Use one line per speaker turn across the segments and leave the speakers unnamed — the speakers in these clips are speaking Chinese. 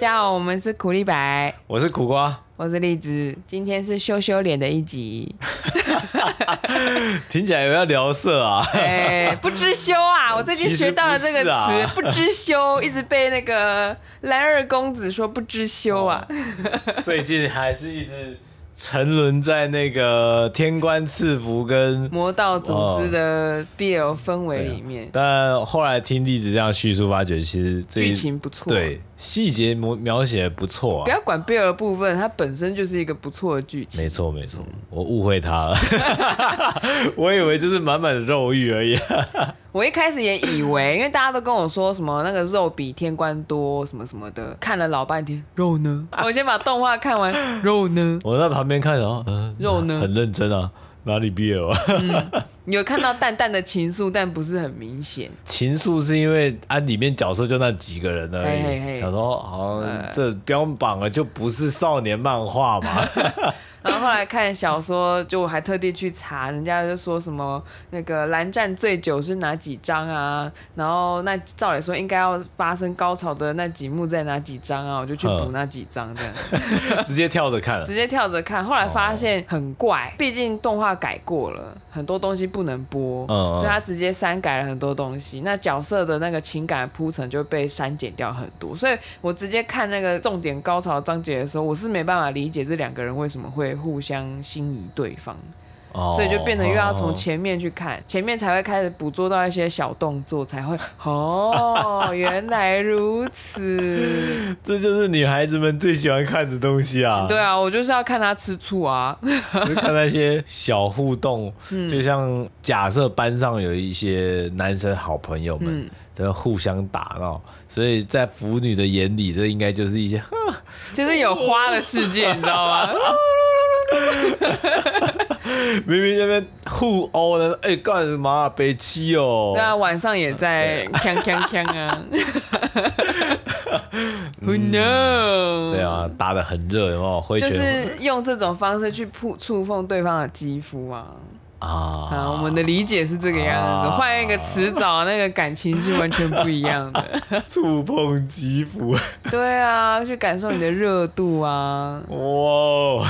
大家好，我们是苦力白，
我是苦瓜，
我是荔枝，今天是羞羞脸的一集，
听起来有要聊色啊。
哎，不知羞啊！我最近
其实
学到了这个
不是
词
啊，
不知羞，一直被那个蓝二公子说不知羞啊。
最近还是一直沉沦在那个天官赐福跟
魔道祖师的 BL 氛围里
哦
面，
但后来听弟子这样叙述，发觉其实这一
剧情不错
对细节描描写得不错
不
啊。
要管 BL 的部分，它本身就是一个不错的剧情。
没错没错，我误会他了， 我以为就是满满的肉欲而已。
我一开始也以为，因为大家都跟我说什么那个肉比天官多什么什么的，看了老半天，肉呢？我先把动画看完，肉呢？
我在旁边看，然后嗯，
肉 呢
很认真啊，哪里毕业了？
有看到淡淡的情愫，但不是很明显。
情愫是因为按里面角色就那几个人而
嘿嘿嘿
已，想说好像这标榜了就不是少年漫画 嘛，
然后后来看小说，就我还特地去查，人家就说什么那个蓝战最久是哪几章啊？然后那照理说应该要发生高潮的那几幕在哪几章啊？我就去补
嗯
那几章这样。
直接跳着看了
直。接跳着看，后来
哦
发现很怪，毕竟动画改过了，很多东西不能播，
嗯嗯
所以他直接删改了很多东西。那角色的那个情感铺陈就被删减掉很多，所以我直接看那个重点高潮章节的时候，我是没办法理解这两个人为什么会互相心仪对方，
哦
所以就变得又要从前面去看，前面才会开始捕捉到一些小动作，才会哦，原来如 此。
这就是女孩子们最喜欢看的东西啊。
对啊，我就是要看他吃醋啊。
就看那些小互动，
嗯
就像假设班上有一些男生好朋友们
嗯
在互相打闹，所以在腐女的眼里，这应该就是一些 呵
就是有花的世 界，你知道吗？
明明那边互殴的，哎、干什么啊北七哦？
对啊，晚上也在锵锵锵啊 ！Who knows？
对，啊，打得很热，有没有？挥
就
拳、
是用这种方式去触触碰对方的肌肤啊！啊，我
啊，
们的理解是这个样子，
啊
换一个词藻，那个感情是完全不一样 的。
触碰肌肤，
对啊，去感受你的热度啊！
哇、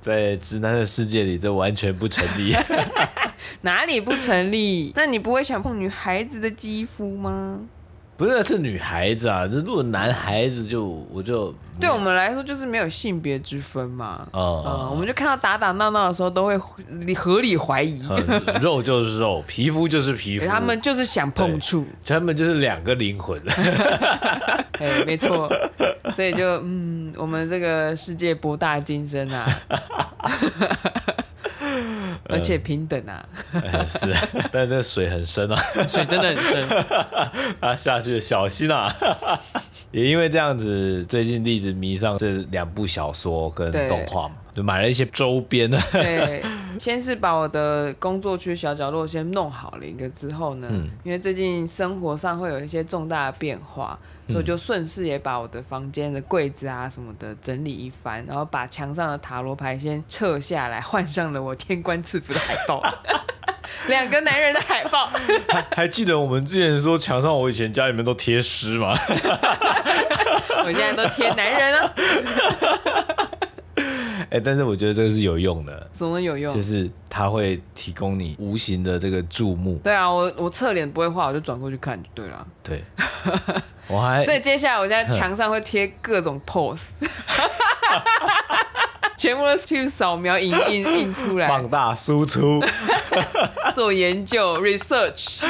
在直男的世界里，这完全不成立。
哪里不成立？那你不会想碰女孩子的肌肤吗？
不是，是女孩子啊，这如果男孩子就我 就
对我们来说就是没有性别之分嘛。
哦
嗯，我们就看到打打闹闹的时候都会合理怀疑，
嗯肉就是肉，皮肤就是皮肤，
他们就是想碰触。
他们就是两个灵魂。
哎，没错，所以就嗯，我们这个世界博大精深啊，而且平等啊，
哎是，但这水很深啊，
水真的很深。
啊下去小心啊！ 也因为这样子，最近栗子迷上这两部小说跟
对
动画嘛，就买了一些周边。
对，先是把我的工作区小角落先弄好了一个之后呢，
嗯
因为最近生活上会有一些重大的变化，
嗯
所以我就顺势也把我的房间的柜子啊什么的整理一番，然后把墙上的塔罗牌先撤下来，换上了我天官赐福的海 报。两个男人的海报，
还还记得我们之前说墙上，我以前家里面都贴诗嘛，
我现在都贴男人啊，
哎，但是我觉得这个是有用的，
怎么有用
就？是它会提供你无形的这个注目。
对啊，我我侧脸不会画，我就转过去看就对了。啊
对，我还
所以接下来我现在墙上会贴各种 pose，全部都去扫描影印印出来
放大输出。
做研究 research。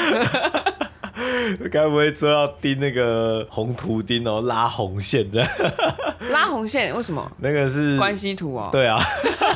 该不会之后要钉那个红图钉哦，拉红线的，
拉红线为什么？
那个是
关系图哦，
对啊，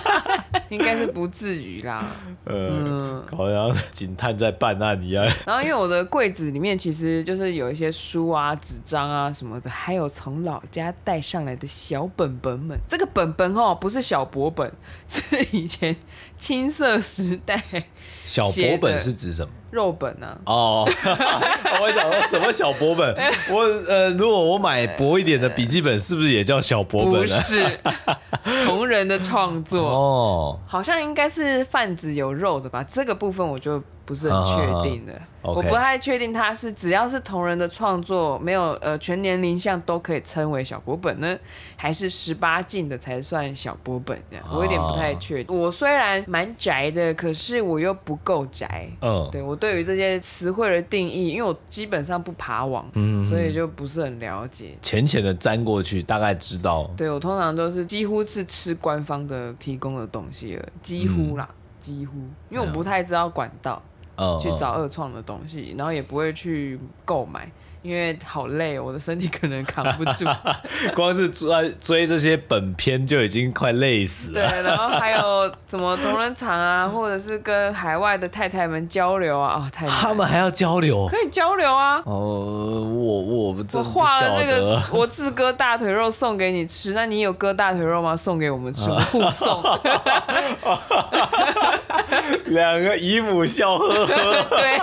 应该是不至于啦。
呃，搞得好像警探在办案 一样。
然后因为我的柜子里面其实就是有一些书啊、纸张啊什么的，还有从老家带上来的小本本们。这个本本哦，不是小薄本，是以前青涩时代
小薄本是指什么？
肉本啊。
哦， 我想说什么小 薄本？我呃，如果我买薄一点的笔记本，是不是也叫小薄
不
本啊呢？
是同人的创作，
哦
好像应该是泛指有肉的吧？这个部分我就不是很确定了。
哦 OK
我不太确定他是只要是同人的创作，没有呃全年龄向都可以称为小薄本呢，还是十八禁的才算小薄本这样，
啊
我有点不太确定。我虽然蛮宅的，可是我又不够宅。
嗯，
对我对于这些词汇的定义，因为我基本上不爬网，
嗯
所以就不是很了解。
浅浅的沾过去，大概知道。
对我通常都是几乎是吃官方的提供的东西了，几乎啦，几乎，因为
啊
我不太知道管道
嗯，
去
嗯
找二创的东西，然后也不会去购买，因为好累，哦我的身体可能扛不 住。
光是追追这些本片就已经快累死
对，
了。
然后还有什么同仁场啊，或者是跟海外的太太们交流啊，哦，太难
他
了，
们还要交流
可以交流啊。
哦，我我不真
我
不
画了
晓
这个
得，
我自割大腿肉送给你吃，那你有割大腿肉吗？送给我们吃，我们互 送。
两个姨母笑呵 呵，
对。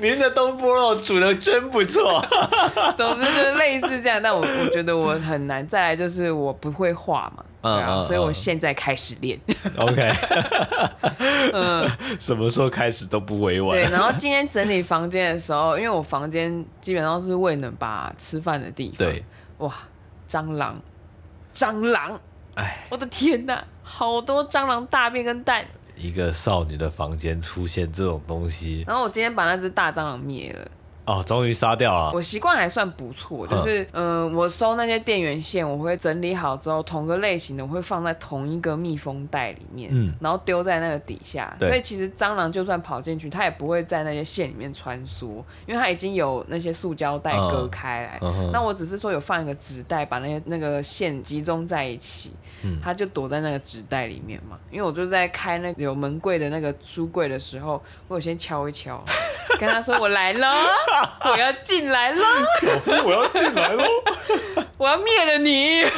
您的东坡肉煮的真不错。
总之就是类似这样，但我我觉得我很难。再来就是我不会画嘛，对
嗯
啊，
嗯
所以我
嗯
现在开始练。
OK，什 么时候开始都不委
对，
婉。
然后今天整理房间的时候，因为我房间基本上是未能把吃饭的地方。
对，
哇，蟑螂，蟑螂，
哎，
我的天哪，好多蟑螂大便跟蛋。
一个少女的房间出现这种东西，
然后我今天把那只大蟑螂灭了，
哦，终于杀掉了。
我习惯还算不错，就是嗯、呃我收那些电源线，我会整理好之后，同个类型的我会放在同一个密封袋里面，
嗯
然后丢在那个底下。
对
所以其实蟑螂就算跑进去，它也不会在那些线里面穿梭，因为它已经有那些塑胶袋
嗯
隔开来。
嗯哼
那我只是说有放一个纸袋，把那些那个线集中在一起，
嗯
它就躲在那个纸袋里面嘛。因为我就在开那个有门柜的那个书柜的时候，我有先敲一敲，跟他说我来喽， 我要进来喽，
小夫， 我要进来喽！
我要灭了你。然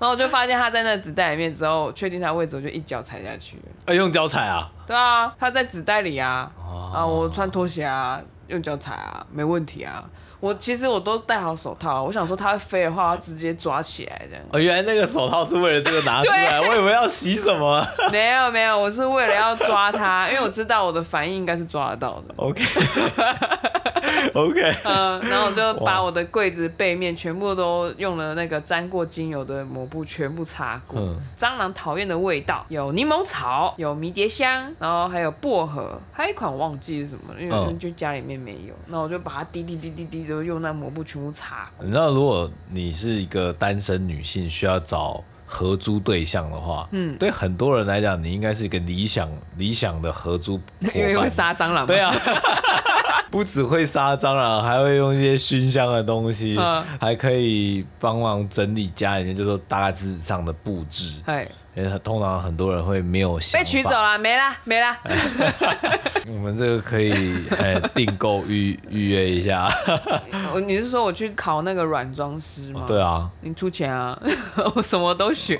后我就发现他在那纸袋里面之后，确定他位置，我就一脚踩下去了。
啊，用脚踩啊！
对啊，他在纸袋里啊，啊，我穿拖鞋啊，用脚踩啊，没问题啊。我其实我都戴好手套啊、我想说它会飞的话，要直接抓起来这样。
哦，原来那个手套是为了这个拿出来，我以为要洗什么。
没有没有，我是为了要抓它，因为我知道我的反应应该是抓得到的。
OK OK，
嗯，然后我就把
哇
我的柜子背面全部都用了那个沾过精油的抹布全部擦过。
嗯
蟑螂讨厌的味道有柠檬草，有迷迭香，然后还有薄荷，还有一款我忘记是什么了，因为
嗯
就家里面没有。那、我就把它滴滴滴滴滴，就用那抹布全部擦过。
你知道，如果你是一个单身女性，需要找合租对象的话，嗯，对很多人来讲，你应该是一个理想理想的合租伙
因为会
伴。
杀蟑螂嘛
对， 啊，不只会杀蟑螂，还会用一些熏香的东西，
嗯
还可以帮忙整理家里面，就说大概致上的布置。
哎，
因为通常很多人会没有想
被取
法
走了，没啦没啦。
哎我们这个 可以呃订购预预约一下，
我你是说我去考那个软装师吗？
对啊，
你出钱啊， 我什么都 学，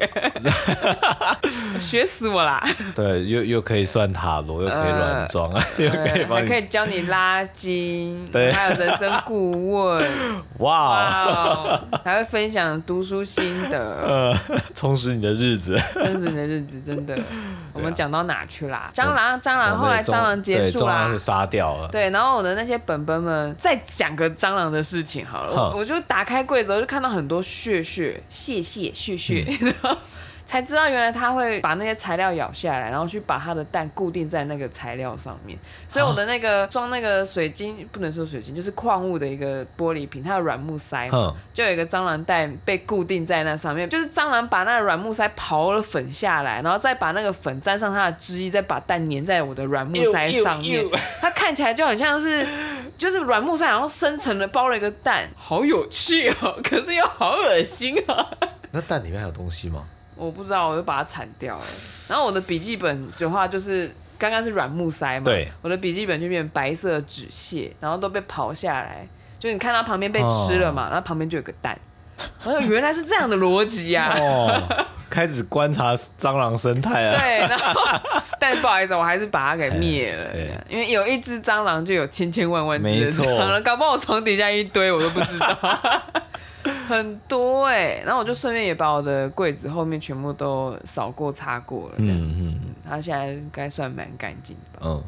学死我啦！
对，又又可以算塔罗，又可以软装啊，又可以
嗯对，呃
帮
还
你
可以教你拉筋，
对
还有人生顾 问，
哇，
哇哦，还会分享读书心 得，
呃，充实你的日子。
真实的日子真 的。我们讲到哪去啦？蟑螂，蟑螂，啊后来
啊总
蟑
之
螂结
对
束
蟑
啦
螂是。杀掉了。
对，然后我的那些本本们再讲个蟑螂的事情好了，我
哼
我就打开柜子，我就看到很多屑屑、屑屑、屑屑， 然后才知道原来它会把那些材料咬下来，然后去把它的蛋固定在那个材料上面。所以我的那个装那个水晶，不能说水晶，就是矿物的一个玻璃瓶，它有软木塞嘛，
哼，
就有一个蟑螂蛋被固定在那上面，就是蟑螂把那个软木塞刨了粉下来，然后再把那个粉沾上它的汁液，再把蛋粘在我的软木塞上面
呦呦呦。
它看起来就很像是，就是软木塞好像深层的包了一个蛋，好有趣哦，可是又好恶心哦。
那蛋里面还有东西吗？
我不知道，我就把它铲掉了。然后我的笔记本的话，就是刚刚是软木塞嘛，
对，
我的笔记本就变成白色的纸屑，然后都被刨下来，就你看它旁边被吃了嘛，然后旁边就有个蛋。我说原来是这样的逻辑啊呀、
哦，开始观察蟑螂生态啊。
对，然后 但是不好意思，我还是把它给灭了，
对
因为有一只蟑螂就有千千万万只
哎没
的
错
蟑螂，搞不好我床底下一堆我都不知道， 很多哎、然后我就顺便也把我的柜子后面全部都扫过、擦过了，这样
嗯嗯
它现在应该算蛮干净的吧？
嗯，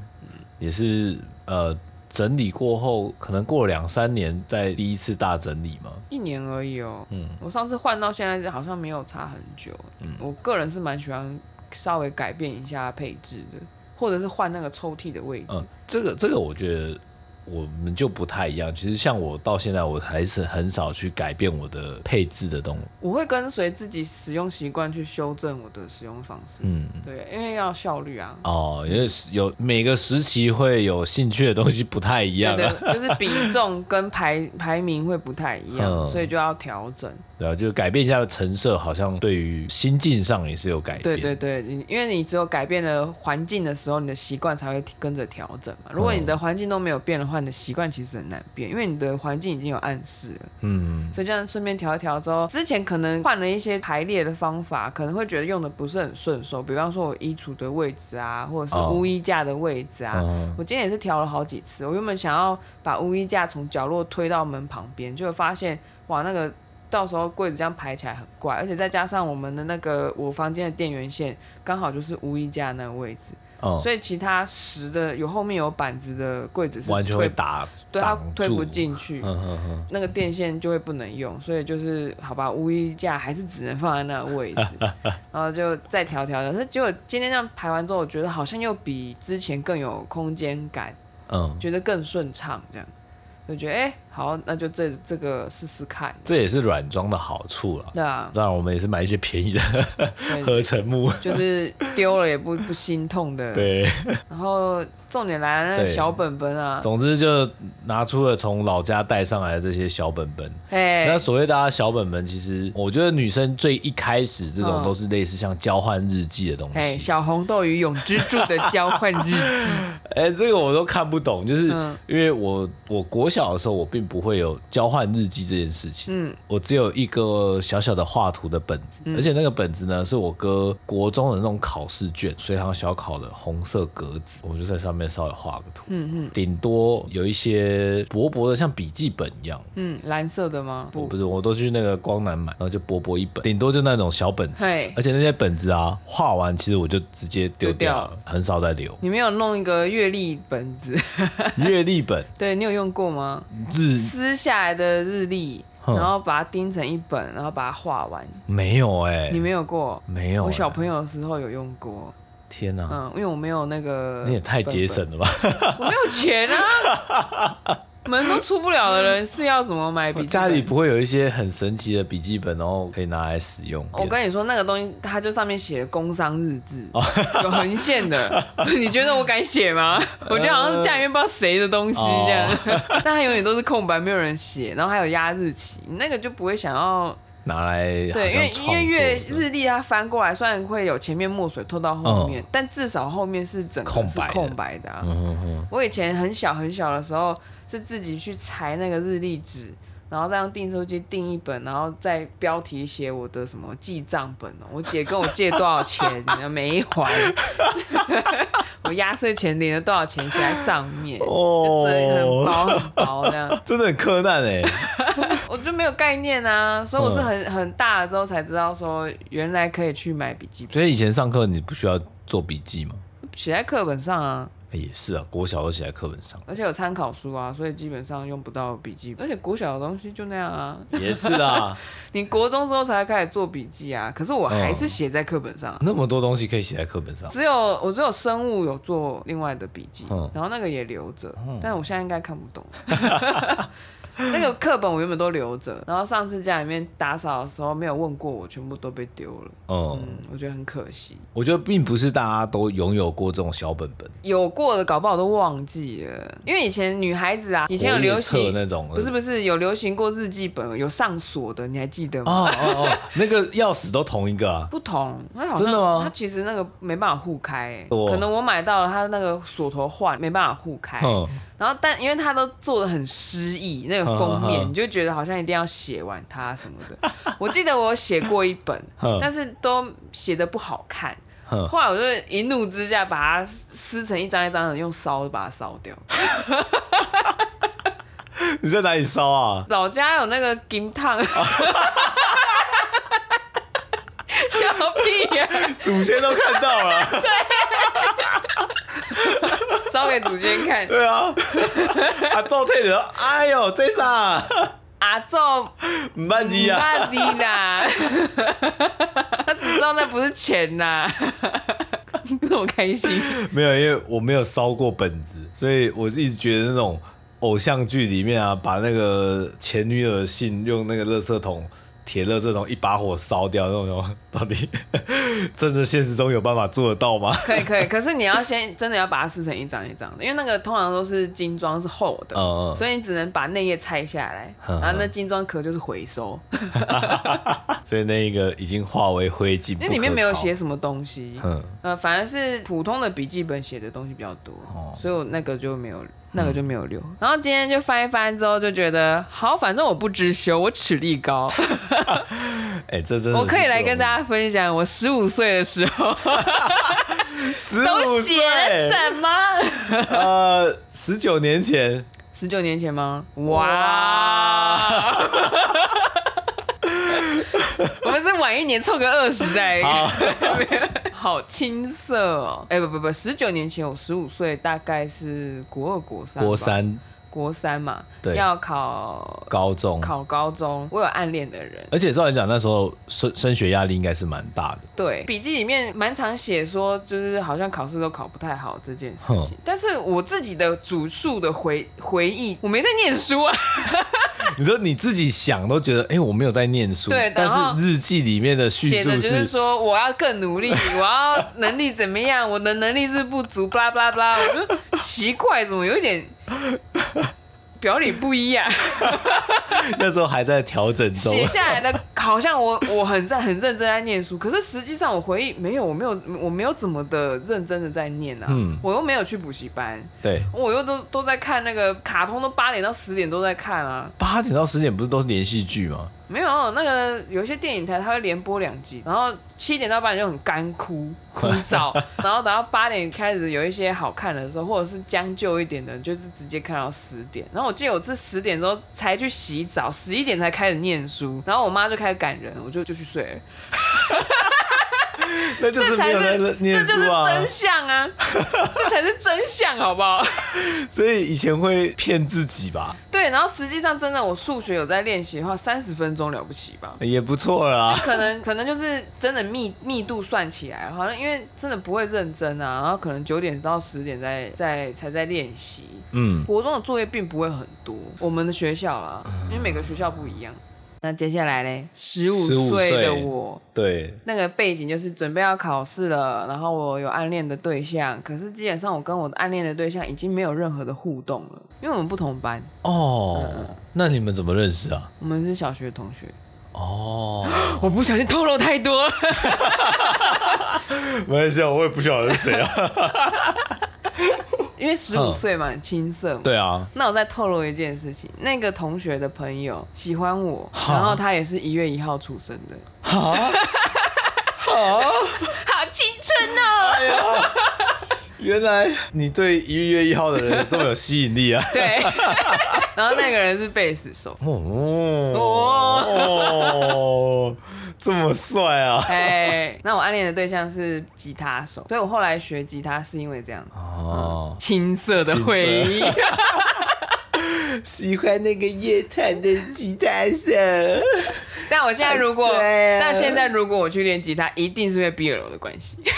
也是呃整理过后，可能过了两三年再第一次大整理嘛。
一年而已哦。嗯，我上次换到现在好像没有差很久。嗯，我个人是蛮喜欢稍微改变一下配置的，或者是换那个抽屉的位置。
嗯，这个这个我觉得我们就不太一样。其实像我到现在，我还是很少去改变我的配置的东西。
我会跟随自己使用习惯去修正我的使用方式。
嗯，
对，因为要效率啊。
哦，因为有每个时期会有兴趣的东西不太一样
对
啊。
对， 就是比重跟排排名会不太一样，
嗯
所以就要调整。
对啊，就是改变一下成色，好像对于心境上也是有改变。
对对对，你因为你只有改变了环境的时候，你的习惯才会跟着调整
嗯
嘛。如果你的环境都没有变的话，你的习惯其实很难变，因为你的环境已经有暗示了。
嗯，
所以这样顺便调一调之后，之前可能换了一些排列的方法，可能会觉得用的不是很顺手。比方说我衣橱的位置啊，或者是
哦
乌衣架的位置啊，
嗯
我今天也是调了好几次。我原本想要把乌衣架从角落推到门旁边，结果发现哇，那个到时候柜子这样排起来很怪，而且再加上我们的那个我房间的电源线刚好就是乌衣架那个位置，
哦、
所以其他实的有后面有板子的柜子是
完全
推
会打，
对它
挡
推
住
不进去。
嗯嗯嗯，
那个电线就会不能用，所以就是好吧，无衣架还是只能放在那个位 置，然后就再调调调。可是结果今天这样排完之后，我觉得好像又比之前更有空间感，
嗯，
觉得更顺畅，这样就觉得哎、诶好，那就这这个试试看。
这也是软装的好处了。
对啊，
当然，我们也是买一些便宜的
对，
合成木。
就是丢了也不不心痛的。
对，
然后重点来了，那个
对
小本本啊，
总之就拿出了从老家带上来的这些小本本。
哎，
那所谓大家小本本，其实我觉得女生最一开始这种
嗯
都是类似像交换日记的东
哎，
西。
小红豆与永之助的交换日记，
哎，这个我都看不懂，就是
嗯
因为我我国小的时候我并不会有交换日记这件事情，
嗯
我只有一个小小的画图的本子，而且那个本子呢是我哥国中的那种考试卷，隋唐小考的红色格子，我就在上面稍微画个图，
嗯嗯
顶多有一些薄薄的像笔记本一样。
嗯，蓝色的吗？
我不是，我都去那个光南买，然后就薄薄一本，顶多就那种小本子
嘿，
而且那些本子啊，画完其实我就直接丢
丢掉。
掉了，很少再留
你没有弄一个月历本子，
月历本、
对你有用过吗？
日
撕下来的日历，
嗯哼
然后把它钉成一本，然后把它画完。
没有哎、
你没有过？
没有、欸，
我小朋友的时候有用过，
天哪、
嗯，因为我没有那个，
你也太节，省了吧！
我没有钱啊， 门都出不了的人是要怎么买笔记
家里
本？
不会有一些很神奇的笔记本，然后可以拿来使用。
我跟你说，那个东西它就上面写工商日志，
哦
有横线 的。你觉得我敢写吗？我觉得好像是家里面不知道谁的东西
哦
这样，但它永远都是空白，没有人写，然后还有压日期，你那个就不会想要
拿来好
对，因
像
为因为
创作
月
的
日历它翻过来，虽然会有前面墨水透到后面，但至少后面是整个
嗯空
是
白的
空白的、啊。
嗯嗯
我以前很小很小的时候，是自己去裁那个日历纸，然后再用订书机订一本，然后再标题写我的什么记账本哦、我姐跟我借多少 钱，没还， 我压岁钱领了多少钱写在上面，
哦
就折很薄很薄这样，
真的很柯南哎、
我就没有概念啊，所以我是很很大了之后才知道说，原来可以去买笔记本，
所以以前上课你不需要做笔记吗？
写在课本上啊。
哎也是啊，国小都写在课 本上。
而且有参考书啊，所以基本上用不到笔记本。而且国小的东西就那样啊，
也是啦，
你国中之后才开始做笔记啊，可是我还是写在课本上啊、
那么多东西可以写在课本上。
只有我只有生物有做另外的笔记，
嗯
然后那个也留着，但是我现在应该看不懂。 那个课本我原本都留着，然后上次家里面打扫的时候没有问过我，全部都被丢了。
嗯，
嗯，我觉得很可惜。
我觉得并不是大家都拥有过这种小本本，
有过的搞不好都忘记了，因为以前女孩子啊，以前有流
活页
行
册那种
不是不是有流行过日记本，有上锁的，你还记得吗？
哦哦哦，那个钥匙都同一个啊。
不同，它好像
真的吗
它其实那个没办法互开、欸
哦
可能我买到了它那个锁头换，没办法互开。
嗯，
然后但因为它都做的很诗意，那个封面、
嗯嗯嗯
你就觉得好像一定要写完它什么 的。我记得我有写过一本
嗯，
但是都写的不好看。
嗯
后来我就一怒之下把它撕成一张一张的，用烧把它烧掉。
你在哪里烧啊？
老家有那个金烫，笑屁呀、
祖先都看到了，
烧给对祖先看，
对啊， 啊，做退的，哎呦，这啥？
阿昼
唔办机啊，
那低啦，他只知道那不是钱呐，你怎么开心？
没有，因为我没有烧过本子，所以我一直觉得那种偶像剧里面啊，把那个前女友的信用那个垃圾桶。铁垃圾桶一把火烧掉那种，到底 真的现实中有办法做得到吗？
可以可以，可是你啊要先真的要把它撕成一张一张的，因为那个通常都是精装是厚的，
嗯嗯
所以你只能把内页拆下来，
嗯
然后那精装壳就是回收，
所以那一个已经化为灰烬，
因为里面没有写什么东西，
不可靠。嗯，
呃，反而是普通的笔记本写的东西比较多，
哦
所以我那个就没有，那个就没有留。
嗯
然后今天就翻一翻之后就觉得，好，反正我不知羞，我齿力 高，
哎、这真的
我可以来跟大家分享我十五岁的时候
十
都
五
写了
岁，
什 么。
呃，十九年前，
十九年前吗？哇！ 我们是晚一年凑个二十代， 好青涩哦！哎、不不不，十九年前我十五岁，大概是国二国三吧，
国三
国三嘛，
对
要考
高中，
考高中，我有暗恋的人，
而且照理讲那时候升升学压力应该是蛮 大的。
对，笔记里面蛮常写说，就是好像考试都考不太好这件事
哼
情，但是我自己的主述的回回忆，我没在念书 啊，
你说你自己想都觉得，哎、我没有在念书，
对
但
然后
是日记里面的叙
写
述
的就是说我要更努 力，我要能力怎么样，我的能力是不足，巴拉巴拉巴拉，我就奇怪，怎么有一点表里不一啊？
那时候还在调整中，
写下来的好像我 我很在很认真在念书，可是实际上我回忆没有，我没有我没有怎么的认真的在念啊，
嗯
我又没有去补习班，
对，
我又都都在看那个卡通，都八点到十点都在看啊，
八点到十点不是都是连续剧吗？
没有那个有一些电影台它会连播两集，然后七点到八点就很干 枯枯燥，然后等到八点开始有一些好看的时候，或者是将就一点的，就是直接看到十点。然后我记得我是十点之后才去洗澡，十一点才开始念书，然后我妈就开始赶人，我就就去睡了。
那就是
这才
没有在
是
念
这就是
书啊，
真相 啊，这才是真相，好不好？
所以以前会骗自己吧，
对，然后实际上真的我数学有在练习的话，三十分钟了不起吧？
也不错 啦。
可能可能就是真的密密度算起来，好像因为真的不会认真啊，然后可能九点到十点在在才在练习。
嗯，
国中的作业并不会很多，我们的学校啊，因为每个学校不一样。那接下来嘞，十五
15
岁
岁
的我，
对，
那个背景就是准备要考试了，然后我有暗恋的对象，可是基本上我跟我的暗恋的对象已经没有任何的互动了，因为我们不同班，
哦，那你们怎么认识啊？
我们是小学同学。
哦，
我不小心透露太多了，
没关系啊，我也不晓得是谁啊。
因为十五岁嘛，很青涩嘛。
对啊，
那我再透露一件事情，那个同学的朋友喜欢我，然后他也是一月一号出生的，好青春哦。
哎呀，原来你对一月一号的人这么有吸引力 啊！
对， 然后那个人是贝斯手，
哦，哦，这么帅啊！
哎，那我暗恋的对象是吉他手，所以我后来学吉他是因为这样，嗯
哦，
青涩的回忆。
喜欢那个乐坛的吉他手。
但我现在如果，
好帅啊
但现在如果我去练吉他，一定是因为 BL 的关系。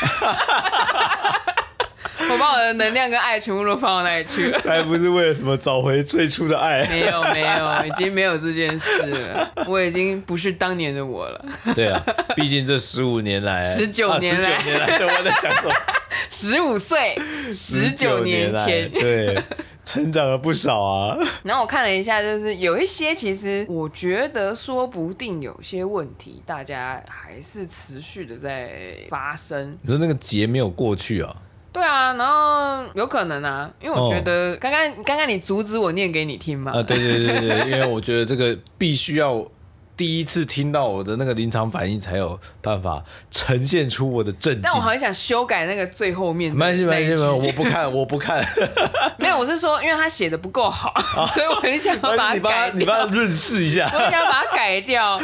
我把我的能量跟爱全部都放到那里去了。
才不是为了什么找回最初的爱。
没有没有，已经没有这件事了，我已经不是当年的我了。
对啊，毕竟这十五年来，
19
啊
年来
19年来，对，我在讲 什么？
十五岁，十九年前
19年来，对，成长了不少啊。
然后我看了一下，就是有一些其实我觉得说不定有些问题，大家还是持续的在发生。
你说那个节没有过去啊？
对啊，然后有可能啊，因为我觉
哦
得刚
呃
刚刚刚你阻止我念给你听嘛，
啊，对对对对，因为我觉得这个必须要第一次听到我的那个临场反应，才有办法呈现出我的震惊。
但我好想修改那个最后面的
没
那
关
一
系，
句。
没关系，没关系，我不看，我不看。
没有，我是说，因为他写的不够好， 所以我很想要把
哦
它
你帮他
改
你帮
掉
他。润饰一 下。
我想要把它改掉，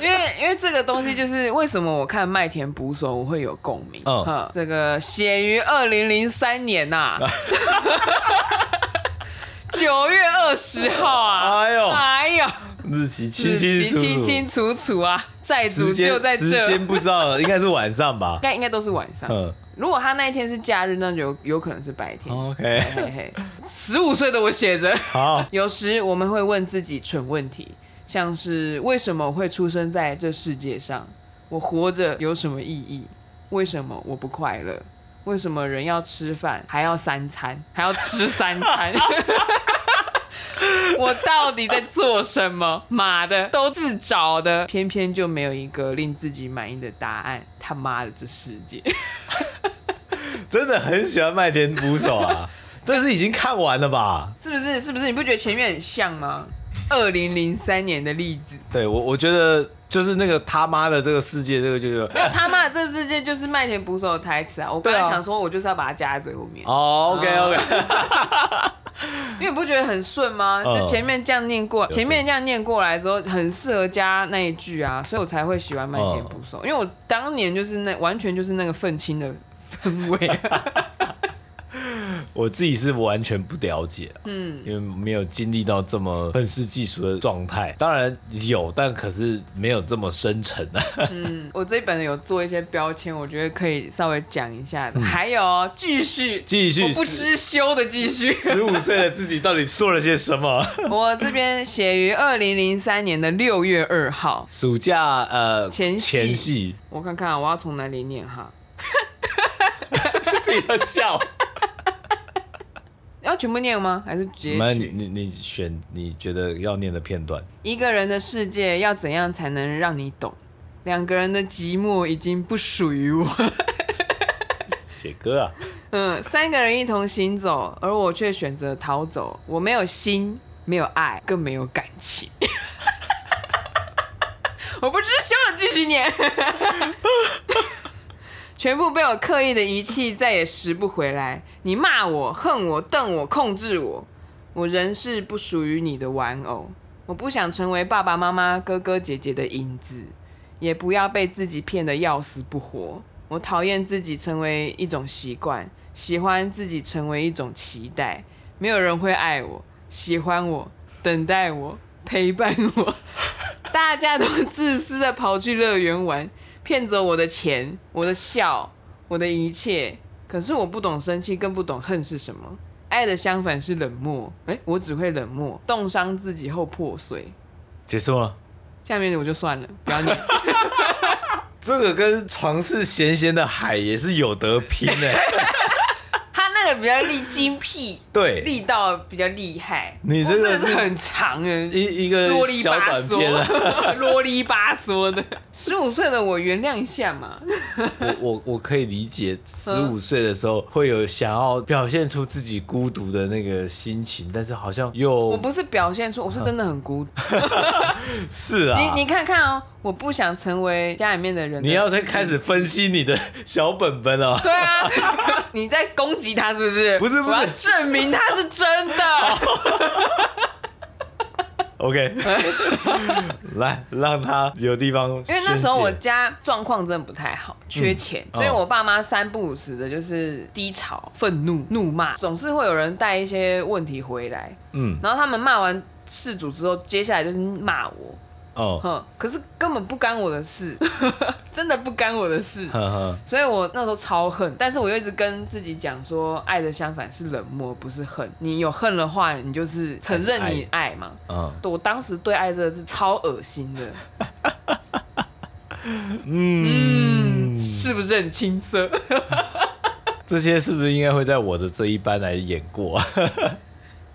因为因为这个东西就是为什么我看麦田捕手我会有共鸣。
嗯
嗯，这个写于二零零三年 呐、 九月二十号啊，
哎呦
哎呦，
日期清
日
清
期
楚
清清楚
楚，
楚啊，债主
时
就
间
在
时
这，应
间不知道，应该是晚上吧？
该应该都是晚上。
嗯
如果他那一天是假日，那就有可能是白天。
，OK，
嘿嘿，十五岁的我写着。
好，
有时我们会问自己蠢问题，像是为什么会出生在这世界上？我活着有什么意义？为什么我不快乐？为什么人要吃饭还要三餐，还要吃三餐？ 我到底在做什么？妈的，都自找的，偏偏就没有一个令自己满意的答案。他妈的，这世界！
真的很喜欢麦田捕手 啊，但是已经看完了吧？
是不是？是不是？你不觉得前面很像吗？二零零三年的例 子，
对我，我觉得就是那个他妈的这个世界，这个就是
没有他妈的，这世界就是麦田捕手的台词啊！我本来
对啊
想说，我就是要把它加在最后面，
哦，OK OK，
因为你不觉得很顺吗？
嗯
就前面这样念过，
顺
前面这样念过来之后，很适合加那一句啊，所以我才会喜欢麦田捕
哦
手，因为我当年就是那完全就是那个愤青的 氛围。
我自己是完全不了解、嗯，因为没有经历到这么愤世嫉俗的状态，当然有，但可是没有这么深沉 啊。
嗯我这一本有做一些标签，我觉得可以稍微讲一下的。还有哦继续
嗯继续
我不知羞的继续。
十五岁的自己到底做了些什么？
我这边写于二零零三年的六月二号，
暑假呃
前戏
前戏，
我看看啊我要从哪里念哈。
就 自己要笑。
要全部念吗？还是截
那你
取？
你你选你觉得要念的片段，
一个人的世界要怎样才能让你懂？两个人的寂寞已经不属于我。
写歌啊，
嗯，三个人一同行走，而我却选择逃走。我没有心，没有爱，更没有感情。 我不知羞了，继续念。 全部被我刻意的遗弃，再也拾不回来。你骂我、恨我、瞪我、控制我，我仍是不属于你的玩偶。我不想成为爸爸妈妈、哥哥姐姐的影子，也不要被自己骗得要死不活。我讨厌自己成为一种习惯，喜欢自己成为一种期待。没有人会爱我、喜欢我、等待我、陪伴我。大家都自私的跑去乐园玩，骗走我的钱、我的笑、我的一切。可是我不懂生气，更不懂恨是什么。爱的相反是冷漠，诶，我只会冷漠，冻伤自己后破碎。
结束了。
下面我就算了，不要念。
这个跟床是咸咸的海也是有得拼的、
他那个比较力精辟，
对
力道比较厉害。
你这个
我真的
是
是很长的，
一一个
啰里
小
吧
短片啊。
嗦，啰里吧嗦的。十五岁的我原谅一下嘛，
我我我可以理
嗯
解，十五岁的时候会有想要表现出自己孤独的那个心情，但是好像
我
又
不是表现出，我是真的很孤独。
是啊。
你你看看哦，我不想成为家里面的人的。
你要先开始分析你的小本本了、
对啊，你在攻击他是不是？
不是不是
我要证明他是真 的。
OK，来让他有地方宣泄。
因为那时候我家状况真的不太好，缺钱，
嗯
所以
哦
我爸妈三不五时的就是低潮、愤怒、怒骂，总是会有人带一些问题回来。
嗯
然后他们骂完事主之后，接下来就是骂我，
哦，
哼，可是根本不干我的事， 真的不干我的事。
呵呵，
所以我那时候超恨，但是我又一直跟自己讲说，爱的相反是冷漠，不是恨。你有恨的话，你就是承认你爱嘛。
嗯
对我当时对爱这个字超恶心的，
嗯，
是不是很青 涩？
这些是不是应该会在我的这一班来演过？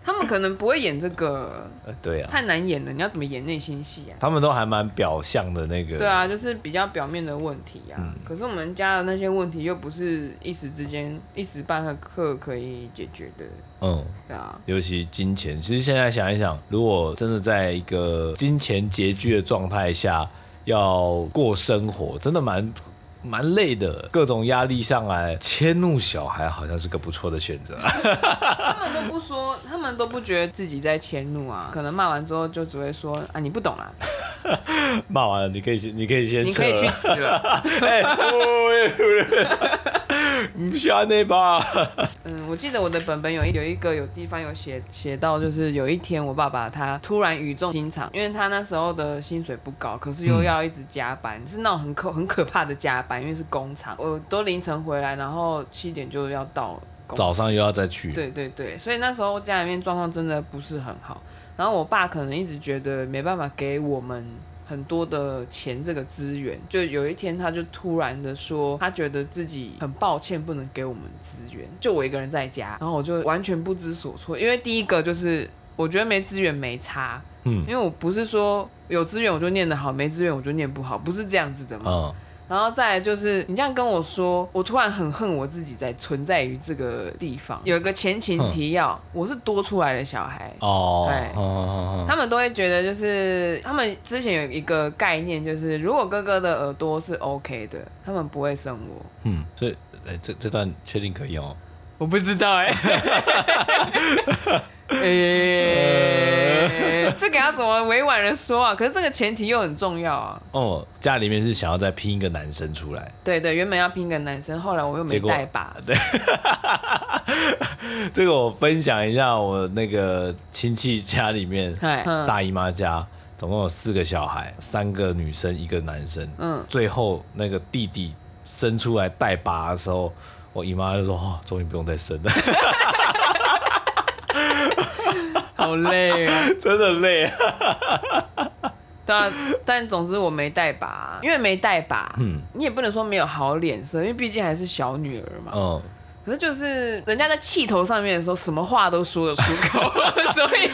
他们们可能不会演这个，
呃对啊，
太难演了。你要怎么演内心戏啊？
他们都还蛮表象的那个，
对，啊，就是比较表面的问题啊。
嗯
可是我们家的那些问题又不是一时之间、一时半刻可以解决的，
嗯，
对啊。
尤其金钱，其实现在想一想，如果真的在一个金钱拮据的状态下要过生活，真的蛮蛮累的，各种压力上来，迁怒小孩好像是个不错的选择。
他们都不说，他们都不觉得自己在迁怒啊，可能骂完之后就只会说啊，你不懂 啦，
骂完了，你可以先，你可以先
你
撤
可以去
了。
死了。
哎， 唔下那吧。
嗯，我记得我的本本有一有一个有地方有写写到，就是有一天我爸爸他突然语重心长，因为他那时候的薪水不高，可是
嗯
又要一直加班，是那种很可很可怕的加班，因为是工厂，我都凌晨回来，然后七点就要到工
早上又要再去，
对对对，所以那时候家里面状况真的不是很好。然后我爸可能一直觉得没办法给我们很多的钱这个资源，就有一天他就突然的说，他觉得自己很抱歉不能给我们资源，就我一个人在家，然后我就完全不知所措，因为第一个就是我觉得没资源没差，
嗯
因为我不是说有资源我就念得好，没资源我就念不好，不是这样子的嘛。
嗯，
然后再来就是你这样跟我说，我突然很恨我自己在存在于这个地方。有一个前情提要，我是多出来的小孩。
嗯哦，
对
嗯嗯嗯嗯
他们都会觉得，就是他们之前有一个概念，就是如果哥哥的耳朵是 OK 的，他们不会生我。
嗯，所以，哎，这这段确定可以哦。
我不知道 哎、呃、这个要怎么委婉的说啊？可是这个前提又很重要啊。
哦，家里面是想要再拼一个男生出来，
对对，原本要拼个男生，后来我又没
结果
带把，
这个我分享一下，我那个亲戚家里面
哎， 嗯
大姨妈家。总共有四个小孩，三个女生，一个男生。
嗯
最后那个弟弟生出来带拔的时候，我姨妈就说：“哦，终于不用再生了，
好累啊。
真的累啊。
对啊，但总之我没带
嗯
把，啊因为没带把，你也不能说没有好脸色，因为毕竟还是小女儿”嘛。
嗯，
可是就是人家在气头上面的时候，什么话都说得出口， 所以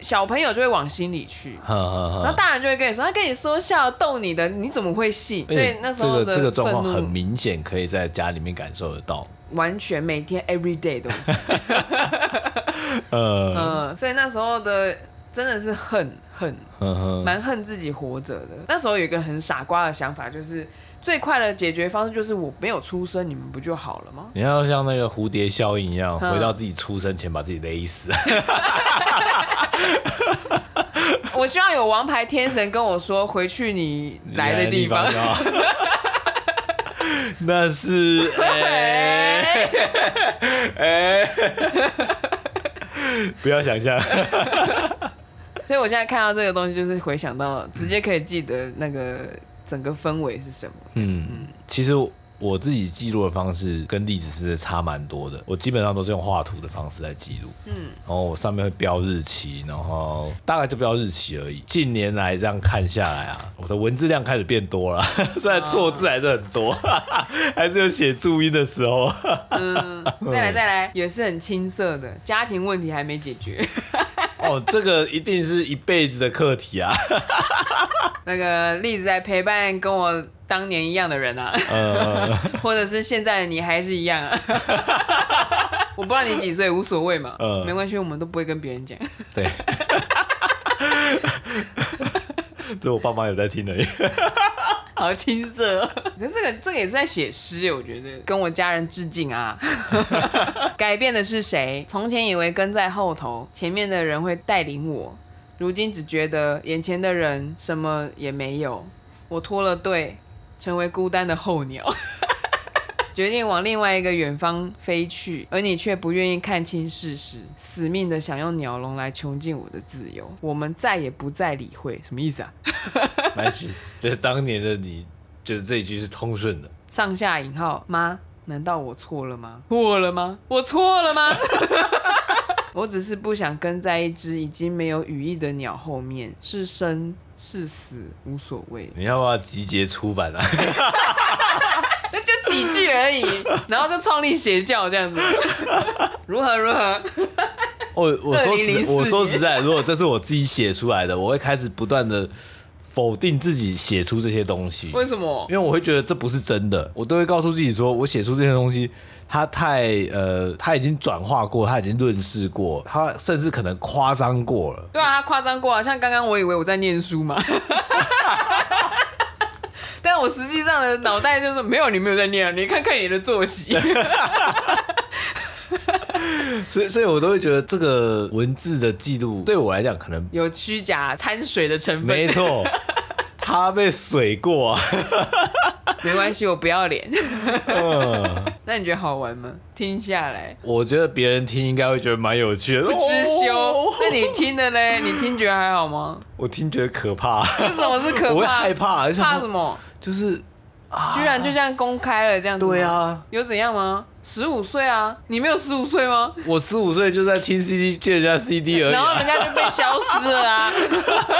小朋友就会往心里去。
嗯哈哈哈
然后大人就会跟你说，他啊跟你说笑逗你的，你怎么会信？
而
所以
且
那时
哎这
候
个
的
这个状
愤
况很
怒
明显，可以在家里面感受得到。
完全每天 every day 都 是，
呃，
嗯，所以那时候的真的是恨恨，
呵呵
蛮恨自己活着的。那时候有一个很傻瓜的想法，就是最快的解决方式就是我没有出生，你们不就好了吗？
你要像那个蝴蝶效应一样，
嗯
回到自己出生前把自己勒死。
我希望有王牌天神跟我说回去你来的地方。
就好 那是哎
哎
哎，不要想象。
所以我现在看到这个东西，就是回想到直接可以记得那个整个氛围是什么。
其实我自己记录的方式跟例子是差蛮多的，我基本上都是用画图的方式来记录。嗯，然后我上面会标日期，然后大概就标日期而已。近年来这样看下来啊，我的文字量开始变多了， 虽然错字还是很多，
哦
还是有写注音的 时候。
再来再来，也是很青涩的，家庭问题还没解决。
哦，这个一定是一辈子的课题啊。
那个例子在陪伴跟我当年一样的人啊， 或者是现在的你还是一样啊。 我不知道你几岁，无所谓嘛，
嗯
没关系，我们都不会跟别人讲。
对。这我爸妈有在听而已。
好青涩、哦，可是这个这个也是在写诗耶，我觉得跟我家人致敬啊。 改变的是谁？从前以为跟在后头，前面的人会带领我，如今只觉得眼前的人什么也没有，我脱了队，成为孤单的候鸟。 决定往另外一个远方飞去，而你却不愿意看清事实，死命的想用鸟笼来囚禁我的自由。我们再也不再理会，什么意思啊？
蛮喜，就是当年的你，就是这一句是通顺的。
上下引号妈，难道我错了吗？错了吗？我错了吗？ 我只是不想跟在一只已经没有羽翼的鸟后面，是生是死无所谓，
你要不要集结出版啊？
那就几句而已，然后就创立邪教这样子，如何如何？
我哦我说实
2004
我说实在，如果这是我自己写出来的，我会开始不断的否定自己写出这些东西，
为什么？
因为我会觉得这不是真的，我都会告诉自己说，我写出这些东西，它太呃，它已经转化过，它已经润饰过，它甚至可能夸张过了。
对啊，他夸张过啊，像刚刚我以为我在念书嘛， 但我实际上的脑袋就是没有，你没有在念啊，你看看你的作 息。
所以，所以我都会觉得这个文字的记录对我来讲可能
有虚假掺水的成分，
没错， 它被水过、啊。
没关系，我不要 脸。
嗯
那你觉得好玩吗？听下来
我觉得别人听应该会觉得蛮有趣的，不
不知羞。
哦、
那你听的嘞？你听觉得还好吗？
我听觉得可怕，
为什么是可怕？
我会害怕而且
怕什么？
就是
居然就这样公开了，这样子？
对，啊，
有怎样吗？十五岁啊，你没有十五岁吗？
我十五岁就在听 CD 借人家 CD 而已
然后
啊、
人家就被消失了啊！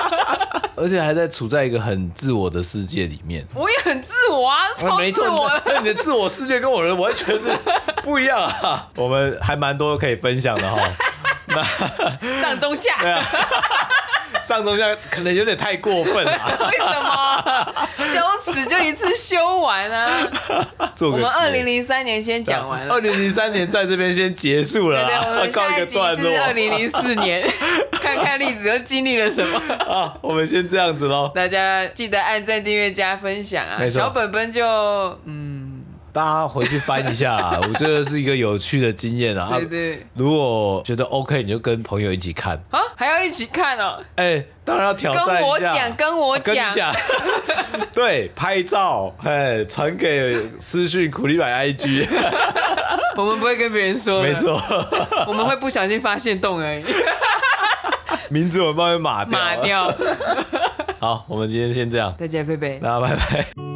而且还在处在一个很自我的世界里面。
我也很自我啊，超
呃没
自
错
我的，。
那你的自我世界跟我的完全是不一样啊！ 我们还蛮多可以分享的哈。
上中 下，
对啊，上中下可能有点太过分 啊了，
为什么羞耻就一次修完 啊？
做
我
个
们
结
二零零三年先讲完了
二。零零三年在这边先结束了
对对，
啦，
我们
告
下一
一个
集
段落
是二零零四年，看看栗子又经历了什么。
啊，我们先这样子喽，
大家记得按赞、订阅、加分享啊！
没错
小本本就嗯，
大家回去翻一下 啦，我觉得是一个有趣的经验啊。
对对
如果觉得 OK，你就跟朋友一起看。
啊，还要一起看哦。
哎、当然要挑战
跟我
一下。啊
讲，跟我
跟你
讲，
讲，啊 对，拍照，哎，传给私讯苦力白 IG，
我们不会跟别人说，
没，错，
我们会不小心发现洞 而已，
名字我们帮你码掉。
码。掉。
好，我们今天先这样，
大家拜拜。
大家拜拜。